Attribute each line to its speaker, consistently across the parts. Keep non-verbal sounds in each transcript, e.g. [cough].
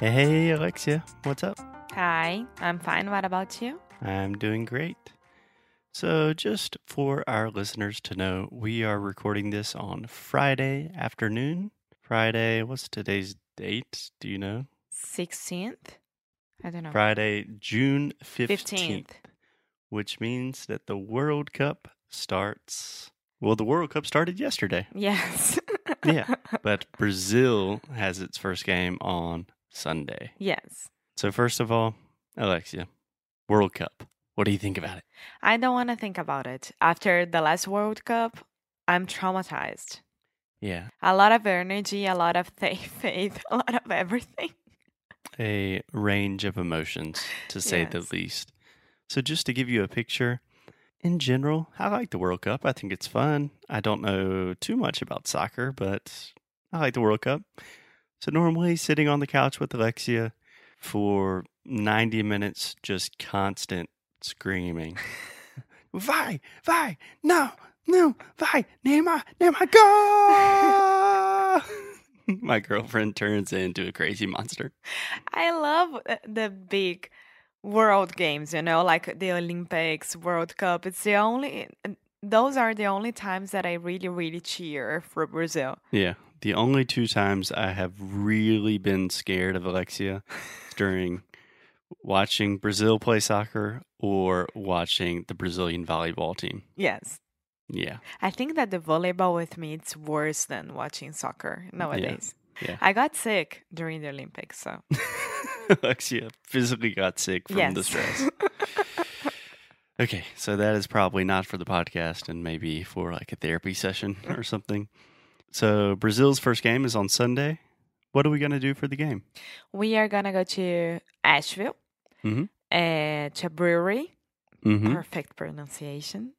Speaker 1: Hey, Alexia, what's up?
Speaker 2: Hi, I'm fine. What about you?
Speaker 1: I'm doing great. So, just for our listeners to know, we are recording this on Friday afternoon. Friday, what's today's date? Do you know?
Speaker 2: 16th? I don't know.
Speaker 1: Friday, June 15th,
Speaker 2: 15th.
Speaker 1: which means that the World Cup starts. Well, the World Cup started yesterday,
Speaker 2: [laughs] Yes. [laughs]
Speaker 1: Yeah. but Brazil has its first game on Sunday.
Speaker 2: yes.
Speaker 1: So, first of all, Alexia, World Cup. What do you think about it?
Speaker 2: I don't want to think about it. After the last World Cup, I'm traumatized.
Speaker 1: Yeah.
Speaker 2: A lot of energy, a lot of [laughs] th- faith, a lot of everything. [laughs]
Speaker 1: a range of emotions, to say
Speaker 2: Yes.
Speaker 1: the least. So, just to give you a picture, in general, I like the World Cup. I think it's fun. I don't know too much about soccer, but I like the World Cup. So, normally sitting on the couch with Alexia for 90 minutes, just constant screaming. Vai, vai, no, no, vai, Neymar, Neymar, go! [laughs] My girlfriend turns into a crazy monster.
Speaker 2: I love uh, the big world games, you know, like the Olympics, World Cup. It's the only, uh, those are the only times that I really, really cheer for Brazil.
Speaker 1: Yeah. The only two times I have really been scared of Alexia is during watching Brazil play soccer or watching the Brazilian volleyball team.
Speaker 2: Yes.
Speaker 1: Yeah. [laughs]
Speaker 2: I think that the volleyball with me it's worse than watching soccer nowadays.
Speaker 1: yeah.
Speaker 2: I got sick during the Olympics, so
Speaker 1: Alexia physically got sick [laughs] from
Speaker 2: yes.
Speaker 1: the stress. Okay. So that is probably not for the podcast and maybe for like a therapy session [laughs] or something. So Brazil's first game is on Sunday. What are we going to do for the game?
Speaker 2: [laughs] we are gonna go to Asheville,
Speaker 1: Mhm.
Speaker 2: uh, to a brewery.
Speaker 1: Mm-hmm. [laughs]
Speaker 2: Perfect pronunciation.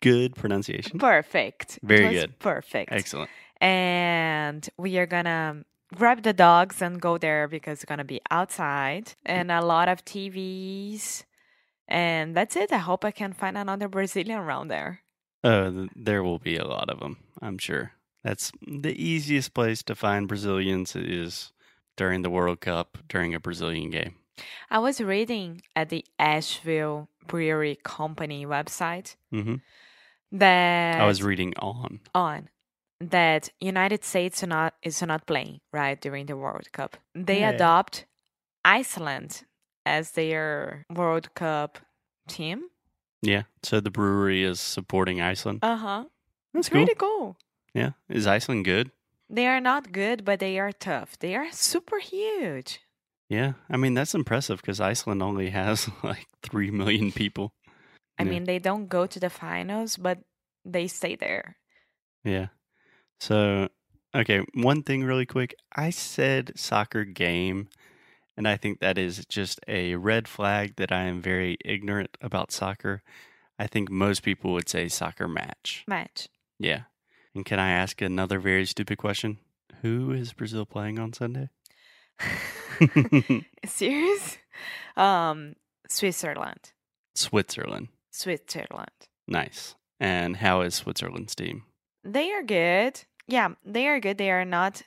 Speaker 1: Good pronunciation.
Speaker 2: Perfect. It
Speaker 1: Very
Speaker 2: was
Speaker 1: good.
Speaker 2: Perfect.
Speaker 1: Excellent.
Speaker 2: And we are gonna grab the dogs and go there because it's gonna be outside and a lot of TVs. And that's it. I hope I can find another Brazilian around there.
Speaker 1: Oh, th- there will be a lot of them, I'm sure. That's the easiest place to find Brazilians is during the World Cup, during a Brazilian game.
Speaker 2: I was reading at the Asheville Brewery Company website
Speaker 1: hmm
Speaker 2: that
Speaker 1: I was reading on.
Speaker 2: on that United States are not is not playing right during the World Cup. They
Speaker 1: Yeah.
Speaker 2: adopt Iceland as their World Cup team.
Speaker 1: Yeah. So the brewery is supporting Iceland.
Speaker 2: Uh huh.
Speaker 1: That's
Speaker 2: it's
Speaker 1: cool.
Speaker 2: really cool.
Speaker 1: Yeah. Is Iceland good?
Speaker 2: They are not good, but they are tough. They are super huge.
Speaker 1: Yeah. I mean, that's impressive because Iceland only has [laughs] like 3 million people.
Speaker 2: I
Speaker 1: Yeah.
Speaker 2: mean, they don't go to the finals, but they stay there.
Speaker 1: Yeah. So, okay, one thing really quick. I said soccer game, and I think that is just a red flag that I am very ignorant about soccer. I think most people would say soccer match. [laughs]
Speaker 2: Match. [laughs]
Speaker 1: Yeah. And can I ask another very stupid question? Who is Brazil playing on Sunday?
Speaker 2: serious [laughs] um switzerland
Speaker 1: Switzerland.
Speaker 2: switzerland
Speaker 1: Nice. And how is Switzerland's team?
Speaker 2: they are good yeah they are good they are not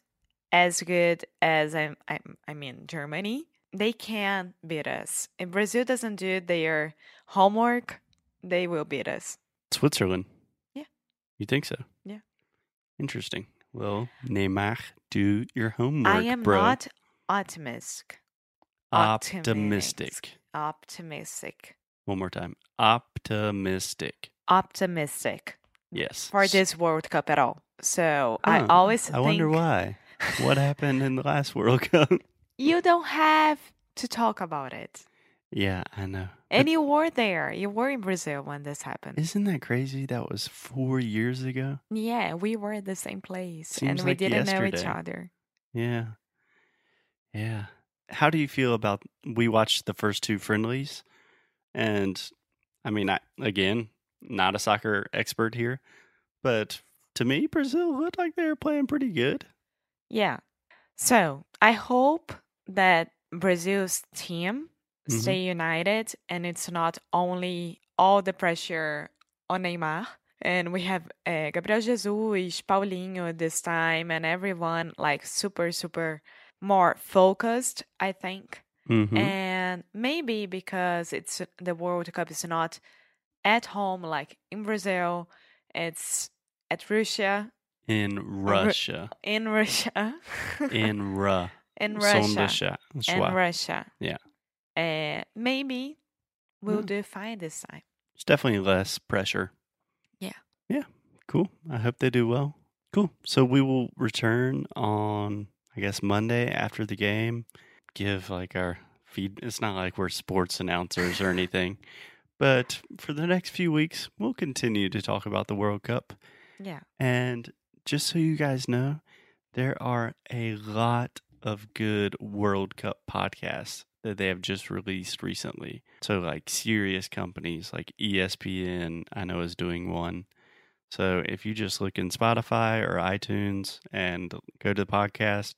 Speaker 2: as good as i i, I mean germany they can beat us if brazil doesn't do their homework they will beat us
Speaker 1: Switzerland.
Speaker 2: Yeah.
Speaker 1: You think so?
Speaker 2: Yeah.
Speaker 1: Interesting. Well, Neymar, do your homework,
Speaker 2: i am
Speaker 1: bro.
Speaker 2: not optimistic
Speaker 1: optimistic.
Speaker 2: optimistic
Speaker 1: One more time. Optimistic.
Speaker 2: optimistic
Speaker 1: Yes.
Speaker 2: for
Speaker 1: S-
Speaker 2: this world cup at all so i
Speaker 1: Huh.
Speaker 2: always
Speaker 1: I wonder
Speaker 2: think-
Speaker 1: why. [laughs]
Speaker 2: [laughs]
Speaker 1: What happened in the last World Cup?
Speaker 2: You don't have to talk about it.
Speaker 1: Yeah, I know. But
Speaker 2: And you were there. You were in Brazil when this happened.
Speaker 1: isn't that crazy? That was four years ago.
Speaker 2: yeah, we were at the same place and
Speaker 1: Seems
Speaker 2: we
Speaker 1: like
Speaker 2: didn't know each
Speaker 1: yesterday.
Speaker 2: other.
Speaker 1: Yeah. Yeah. How do you feel about we watched the first two friendlies? And I mean, I again, not a soccer expert here, but to me, Brazil looked like they were playing pretty good.
Speaker 2: Yeah. So I hope that Brazil's team
Speaker 1: Mhm.
Speaker 2: stay united and it's not only all the pressure on Neymar. And we have uh, Gabriel Jesus, Paulinho this time, and everyone like super, super more focused, I think.
Speaker 1: Mm-hmm.
Speaker 2: And maybe because it's the World Cup is not at home like in Brazil, it's at Russia,
Speaker 1: In Russia.
Speaker 2: in [laughs] Russia,
Speaker 1: In Ra. Son
Speaker 2: in Russia,
Speaker 1: de Sha-
Speaker 2: in
Speaker 1: Schwa.
Speaker 2: Russia.
Speaker 1: Yeah.
Speaker 2: Uh, maybe we'll
Speaker 1: Mm.
Speaker 2: do fine this time.
Speaker 1: It's definitely less pressure.
Speaker 2: Yeah.
Speaker 1: Yeah. Cool. I hope they do well. Cool. So we will return on, I guess, Monday after the game. Give like our feed. It's not like we're sports announcers or anything, but for the next few weeks, we'll continue to talk about the World Cup.
Speaker 2: Yeah.
Speaker 1: And just so you guys know, there are a lot of good World Cup podcasts that they have just released recently. So, like serious companies like E ESPN, I know is doing one. So, if you just look in Spotify or iTunes and go to the podcast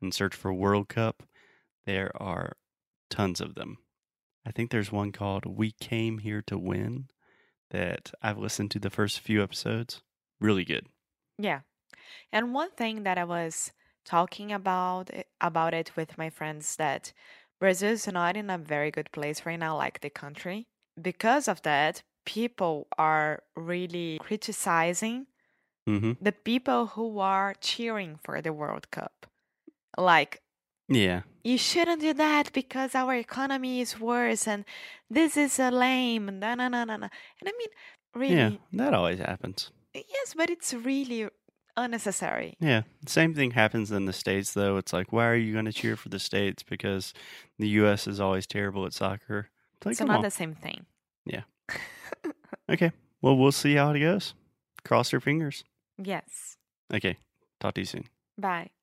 Speaker 1: and search for World Cup, there are tons of them. I think there's one called We Came Here to Win that I've listened to the first few episodes. Really good.
Speaker 2: Yeah. And one thing that I was talking about it- about it with my friends that Brazil is not in a very good place right now, like the country. Because of that, people are really criticizing
Speaker 1: Mm-hmm.
Speaker 2: the people who are cheering for the World Cup. Like,
Speaker 1: Yeah.
Speaker 2: you shouldn't do that because our economy is worse and this is a lame. Na na na na na. And I mean,
Speaker 1: Yeah.
Speaker 2: really,
Speaker 1: That always happens.
Speaker 2: yes, but it's really unnecessary.
Speaker 1: Yeah. Same thing happens in the States, though. It's like, why are you going to cheer for the States? Because the U.S. is always terrible at soccer. It's like,
Speaker 2: It's
Speaker 1: come
Speaker 2: not
Speaker 1: on.
Speaker 2: the same thing.
Speaker 1: Okay. Well, we'll see how it goes. Cross your fingers.
Speaker 2: Yes.
Speaker 1: Okay. Talk to you soon.
Speaker 2: Bye.